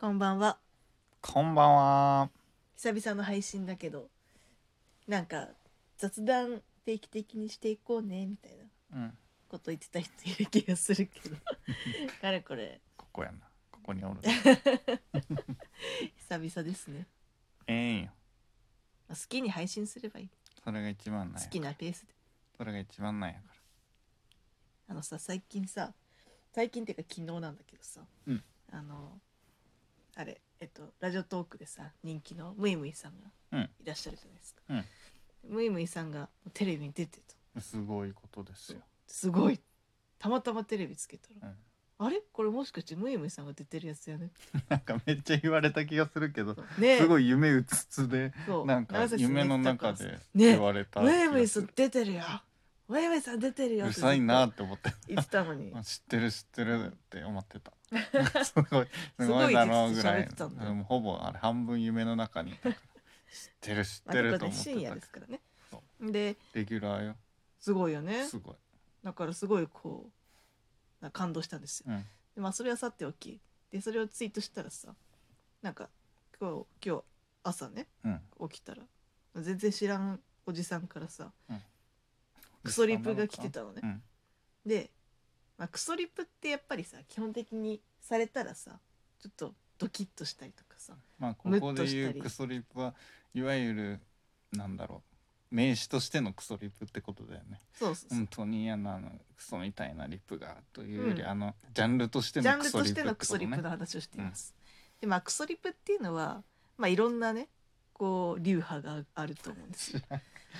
こんばんはこんばんは。久々の配信だけどなんか雑談定期的にしていこうねみたいなうん、こと言ってた人いる気がする けどかれこれここやな。ここに おる。久々ですね、ええんよ。まあ、好きに配信すればいいそれが一番なん好や。きなペースでそれが一番なんやから。あのさ最近さ最近っていうか昨日なんだけどさ、うんあのあれえっとラジオトークでさ人気のムイムイさんうがんいらっしゃるじゃないですか、ムイムイさんがテレビに出てたすごいことですよ。すごいたまたまテレビつけたら、うんあれこれもしかしてムイムイさんが出てるやつやねなんかめっちゃ言われた気がするけど、ねすごいい夢うつつで、そうなんか長崎さんが夢の言ってたか中らでね言われた気ムイムがイすさんる。出てるよムイムイさん出てるうよるさいなっって思って。て言ってたのに知ってる知ってるって思っ てた。すごいすごいだろうぐらすごい実質喋っいてたん。だよもうほぼあれ半分夢の中にいたから。知ってる知まっあとこれてるねと思って深夜たで。すからねそでレギュラーよ。すごいよねすごい。だからすごいこうな感動したんですようん。でまあそれはさておきでそれをツイートしたらさなんか今日今日朝ねうん。起きたら全然知らんおじさんからさ、うんクソリプが来てたのねう、ん。で、まあ、クソリプってやっぱりさ基本的にされたらさちょっとドキッとしたりとかさまあこムッことでしいたうりクソリップはいわゆるなんだろう名詞としてのクソリップってことだよねそうそうそう、本当に嫌なあのクソみたいなリップがというより、うんあのジャンルとしてジのャンクルソとリしップてっのてクこソとリねップの話をしています、でまあクソリプっていうのはまあいろんなねこう流派があると思うんですよま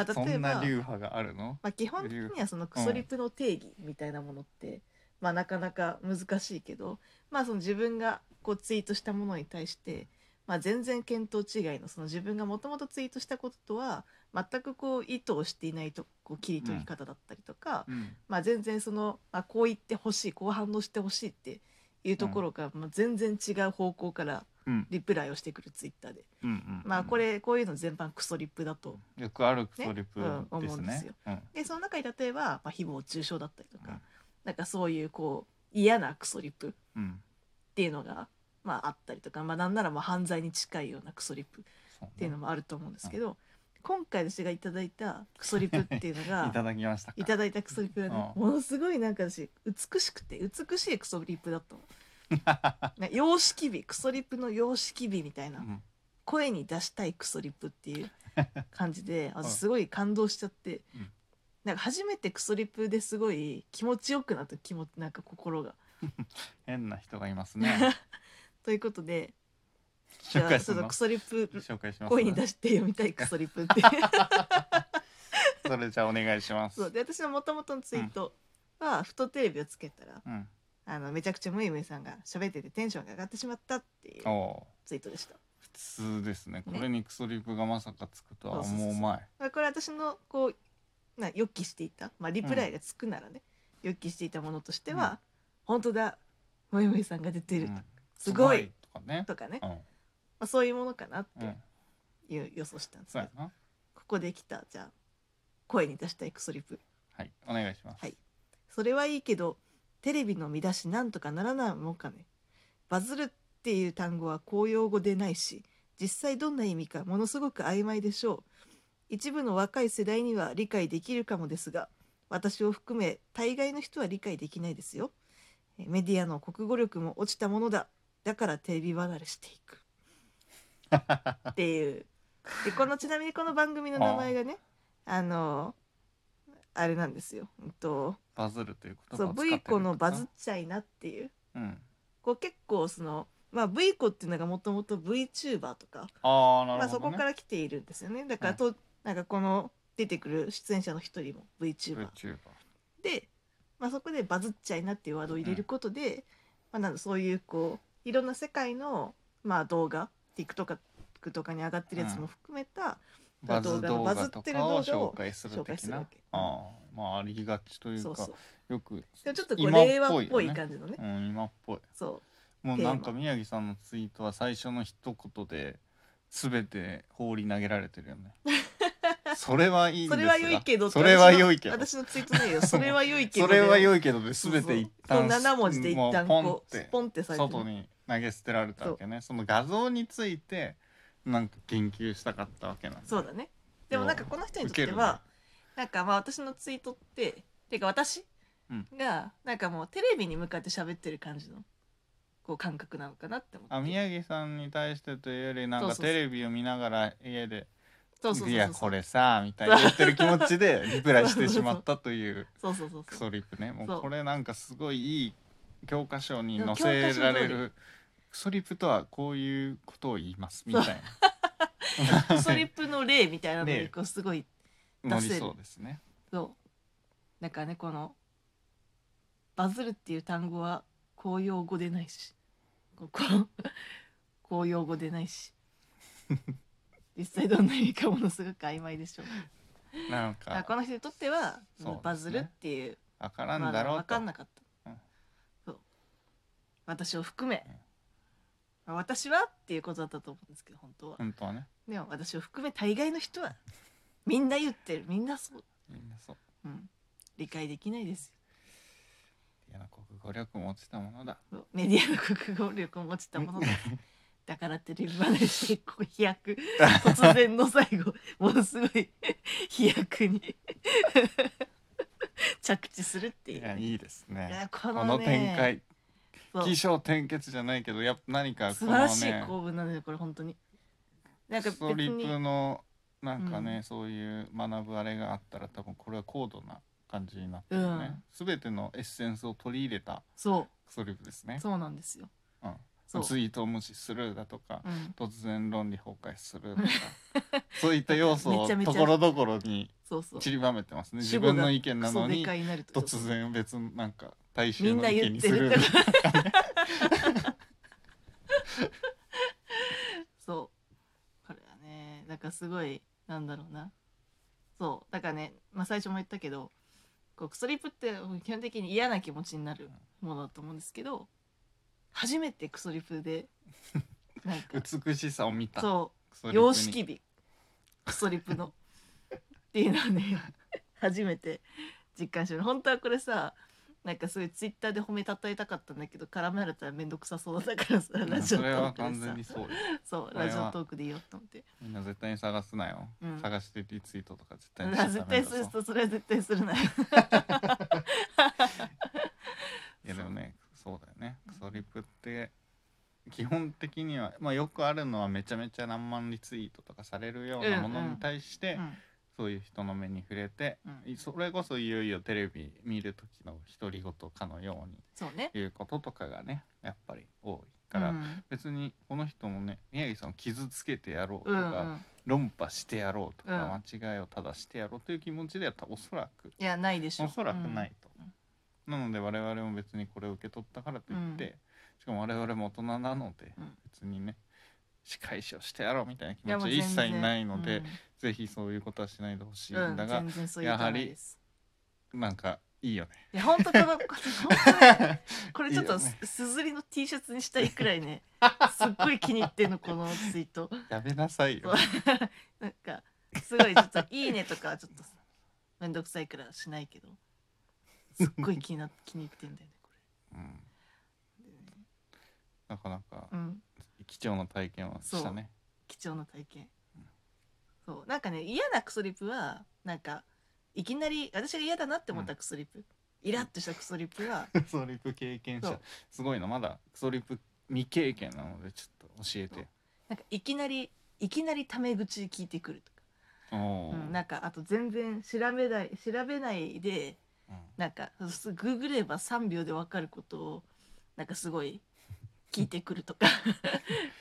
あそ例えんなば流派があるのまあ、基本的にはそのクソリプの定義みたいなものって、まあ、なかなか難しいけど、まあ、その自分がこうツイートしたものに対して、まあ、全然見当違いのその自分がもともとツイートしたこととは全くこう意図をしていないとこう切り取り方だったりとか、うんまあ、全然その、まあ、こう言ってほしいこう反応してほしいっていうところが、まあ、全然違う方向からうんリプライをしてくるツイッターで、うんうんまあ、これこういうの全般クソリプだとよくあるクソリップねうんで思すうんですねようんでその中に例えば、まあ、誹謗中傷だったりとか、うんなんかそういうこう嫌なクソリップっうんていうのが、まあ、あったりとか、まあ、なんならもう犯罪に近いようなクソリップっそうねていうのもあると思うんですけど、今回私がいただいたクソリップっていうの いたがだきましたかいただいたクソリップがね、うんものすごいなんか私美しくて美しいクソリップだった の。ね様式美クソリップの様式美みたいなうん声に出したいクソリップって いう感じでん私すごい感動しちゃって、うんなんか初めてクソリップですごい気持ちよくなった気持ちなんか心が。変な人がいます ねということで紹じゃあ介すそるののクソリップ紹介します声にね出して読みたいクソリップってそれじゃあお願いしま すそうで私のもともとのツイートは、ふとテレビをつけたらうんあのめちゃくちゃムイムイさんが喋っててテンションが上がってしまったっていうおおーツイートでした。普通ですねこれにクソリップがまさかつくとはそうそうそう思うまいまあこれ私のこうな予期していた、まあ、リプライがつくならね、予期していたものとしては「うん本当だもいもいさんが出てる」うんすごいとかねとかね、うまんあ、そういうものかなっうんていう予想したんですそうけど、やなここで来たじゃあ声に出したいクソリプはいお願いしますはいそれはいいけどテレビの見出しなんとかならないもんかねバズるっていう単語は公用語でないし実際どんな意味かものすごく曖昧でしょう一部の若い世代には理解できるかもですが私を含め大概の人は理解できないですよえメディアの国語力も落ちたものだだからテレビ離れしていくっていうでこのちなみにこの番組の名前がねあのあれなんですよ、うんと、バズるという言葉そをう使ってる V 子のバズっちゃいなっていううんこう結構その、まあ、V 子っていうのがもともと VTuber とか、ああなまるあ、ほそどこねから来ているんですよねだからと、なんかこの出てくる出演者の一人も VTuber VTuber で、まあ、そこでバズっちゃいなっていうワードを入れることで、まあ、なんだそういうこういろんな世界の、まあ、動画 TikTok とかに上がってるやつも含めた、バズ動画バズっとてるか動画をを紹介する紹介的するなわけああまあありがちというそうかそうよくでもちょっとこう今令和っぽいよね感じのねうん今っぽいそもうなんテーか宮城さんのツイートは最初の一言で全て放り投げられてる よねそれはいいんうでそすれがは良いけどってそれは良いけど私の私のツイート内容それは良いけどそれはで良いけどで全て一旦そうそうそう7文字で一旦もうこうポンってポンってされて外に投げ捨てられたわけねその画像についてなんか言及したかったわけなんだそうだねでもなんかこの人にとってウケるはね、なんかまあ私のツイートっててか私うんがなんかもうテレビに向かって喋ってる感じのこう感覚なのかなって思ってあ宮城さんに対してというよりなんそうかそうそうテレビを見ながら家でそう「そういそうやそこうれさ」みたいな言ってる気持 ちでリプライしてしまったというそうそうそうクそうソリップねもそううこれなんかすごいいい教科書にでも載せら教科書通れるクソリップとはこういうことを言いますみたいなクソリップの例みたいなのに例こうすごい乗出りせるそうですね。そうなんかねこの「バズる」っていう単語は公用語でないしここ公用語でない し実際どんな意味かものすごく曖昧でしょうなんだからかこの人にとっては、そうですねバズるっていう分からまんあだろう分とかんなかった、うんそう私を含めうん、まあ私はっていうことだったと思うんですけど本当は、本当はねでも私を含め大概の人はみんな言ってるみんなそう、みんなそううん、理解できないですよ嫌な国語力を持ってたものだ。メディアの国語力を持ちた ものだだからテレビ話でこう飛躍突然の最後ものすごい 飛躍に 着地するってい いうね、やいいですいね。やここの,、ね、の展開そう起承転結じゃないけどやっぱ何かこ素晴のらしいね構文なんだよこれ本当になんかス別トリップにのなんかね、うんそういう学ぶあれがあったら多分これは高度な感じになってるよね。すべ、てのエッセンスを取り入れたそストリップですうね。そうなんですようんそう、ツイートを無視するだとか、うん、突然論理崩壊するとか そういった要素めをちゃめちゃところどころにそうそう散りばめてますね。主自語が分の意見なクのソでにかいになると突然別のなんか大み衆んのな意見言にってするるとかそうこれはねなんかすごいなんだろうなそうだからね、まあ、最初も言ったけどこうクソリップって基本的に嫌な気持ちになるものだと思うんですけど初めてクソリップで なんか美しさを見た。そうクソリップに様式日クソリップ のっていうのをね初めて実感してる本当はこれさなんかそういうツイッターで褒めたたえたかったんだけど絡められたら面倒くさそうだからさうんラジオそトれはーク完全でにさそうよそうそれはラジオトークでいいよと思ってみんな絶対に探すなよ、うん探してリツイートとか絶対にしちゃ絶対ダすメだるぞとそれは絶対するなよいやでもねそうだよねクソリプって基本的には、まあ、よくあるのはめちゃめちゃ何万リツイートとかされるようなもうんうのんに対して、うんそういう人の目に触れて、うんそれこそいよいよテレビ見る時の独り言かのようにそうねいうこととかがねやっぱり多いから、うん別にこの人もね宮城さんを傷つけてやろううとんうか、ん論破してやろうとうか、間違いを正してやろうという気持ちでやったらおそらくいやないでしょおそらくないとうん、なので我々も別にこれを受け取ったからといって、うんしかも我々も大人なのでうん別にね仕返しをしてやろうみたいな気いや持ちもうは全一然切ないので、うんぜひそういうことはしないでほしいんうんだが、全然そういうことはないですなんかい いよねいや本当このこれ本当ねこれちょっいといよねすすずりの T シャツにしたいくらい ねすっごい気に入ってんのこのツイートやめなさいよなんかすごいちょっと「いいね」とかはちょっとめんどくさいくらいはしないけどすっごい気にな気に入ってんだよねこうん なかなかれ、うん、貴重な体験をしたね貴重な体験そうなんかね嫌なクソリップはなんかいきなり私が嫌だなって思ったクソリップ、イラッとしたクソリップはクソリップ経験そ者うすごいなまだクソリップ未経験なのでちょっと教えてなんかいきなりいきなりタメ口聞いてくるとか。おおー、うん、なんかあと全然調べない調べないでうんなんかそうすググれば3秒でわかることをなんかすごい聞いてくる とか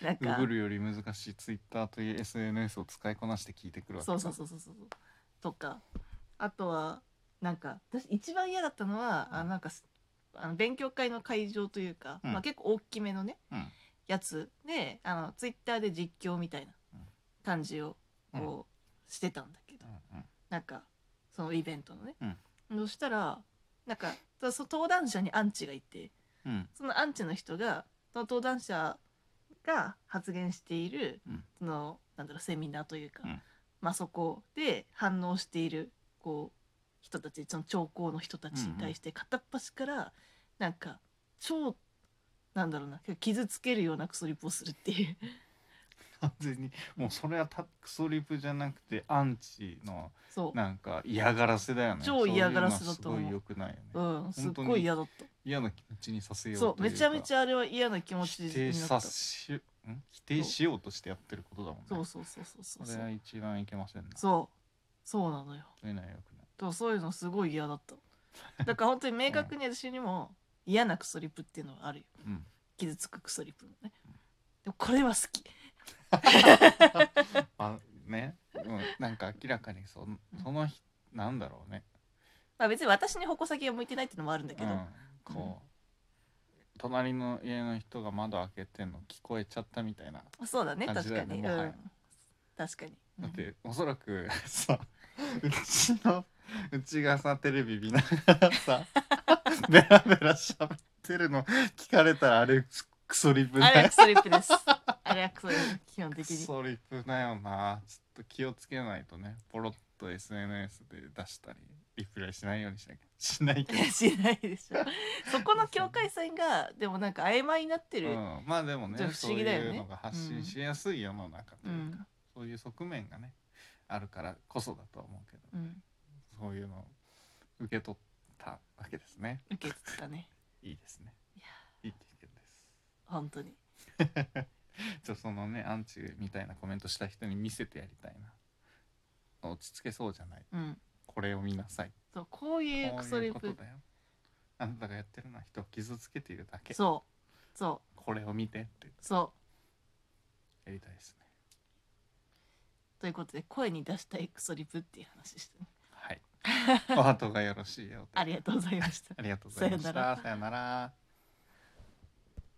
なんグかグるより難しいツイッターという SNS を使いこなして聞いてくるわけそうそうそそうそうそうとかあとはなんか私一番嫌だったのはあなんかすあの勉強会の会場というか、うんまあ、結構大きめのね、うんやつであのツイッターで実況みたいなうん感じをうんこうしてたんだけど。うんうんなんかそのイベントのね、うんそしたらなんかそそ登壇者にアンチがいて うんそのアンチの人がその登壇者が発言している、うんそのなんだろうセミナーというか、うんまあ、そこで反応しているこう人たちその聴講の人たちに対して片っ端からなんか超なんだろうな傷つけるようなクソリップをするっていう完全にもうそれはたクソリプじゃなくてアンチのそうなんか嫌がらせだよね超嫌がらせだと思うそういうのはすごい良くないよね、うんすっ本当ごいに嫌だった嫌な気持ちにさせようそうめちゃめゃちゃあれは嫌な気持ち否に定なさったしん否定しようとしてやってることだもんねそうそうそうそうそうそそれはう一番いけませんねそそうそうなのよういうのはよくないだからそういうのすごい嫌だっただから本当に明確に私にも嫌なクソリップっていうのはあるようん傷つくクソリップもねでもこれは好きあね、うん、なんか明らかにそその日なんだろうね、まあ別に私に矛先が向いてないっていうのもあるんだけうど、ん、こう、隣の家の人が窓開けてんの聞こえちゃったみたいなそうだね感じ確だかよねに、うもはやん、確かに、うんだって おそらくさうちのうちがさテレビ見ながらさ ベラベラ喋ってるの聞かれたらあれクソリプあれだはよクソリップ ですあれはクソリップ基本ク的にソリプだよなちょっと気をつけないとねポロッと SNS で出したりリプレイしないようにしなきゃしないけどしないでしょそこの境界線がでもなんか曖昧になってる、うん、まあでもねちょっと不思議だよねそういうのが発信しやすい世の中というか、うんそういう側面がねあるからこそだと思うけど、うん、そういうのを受け取ったわけですね受けてたねいいですねいやいい経験です本当に じゃあそのねアンチみたいなコメントした人に見せてやりたいな落ち着けそうじゃないうんこれを見なさいそうこうこういうクソいリうッことプだよあなたがやってるのは人を傷つけているだけそうそこれを見てってうそうやりたいですねということで声に出したいクソリプっていう話でしたね、 はいお後がよろしいようでありがとうございましたありがとうございましさよなた。さよなら。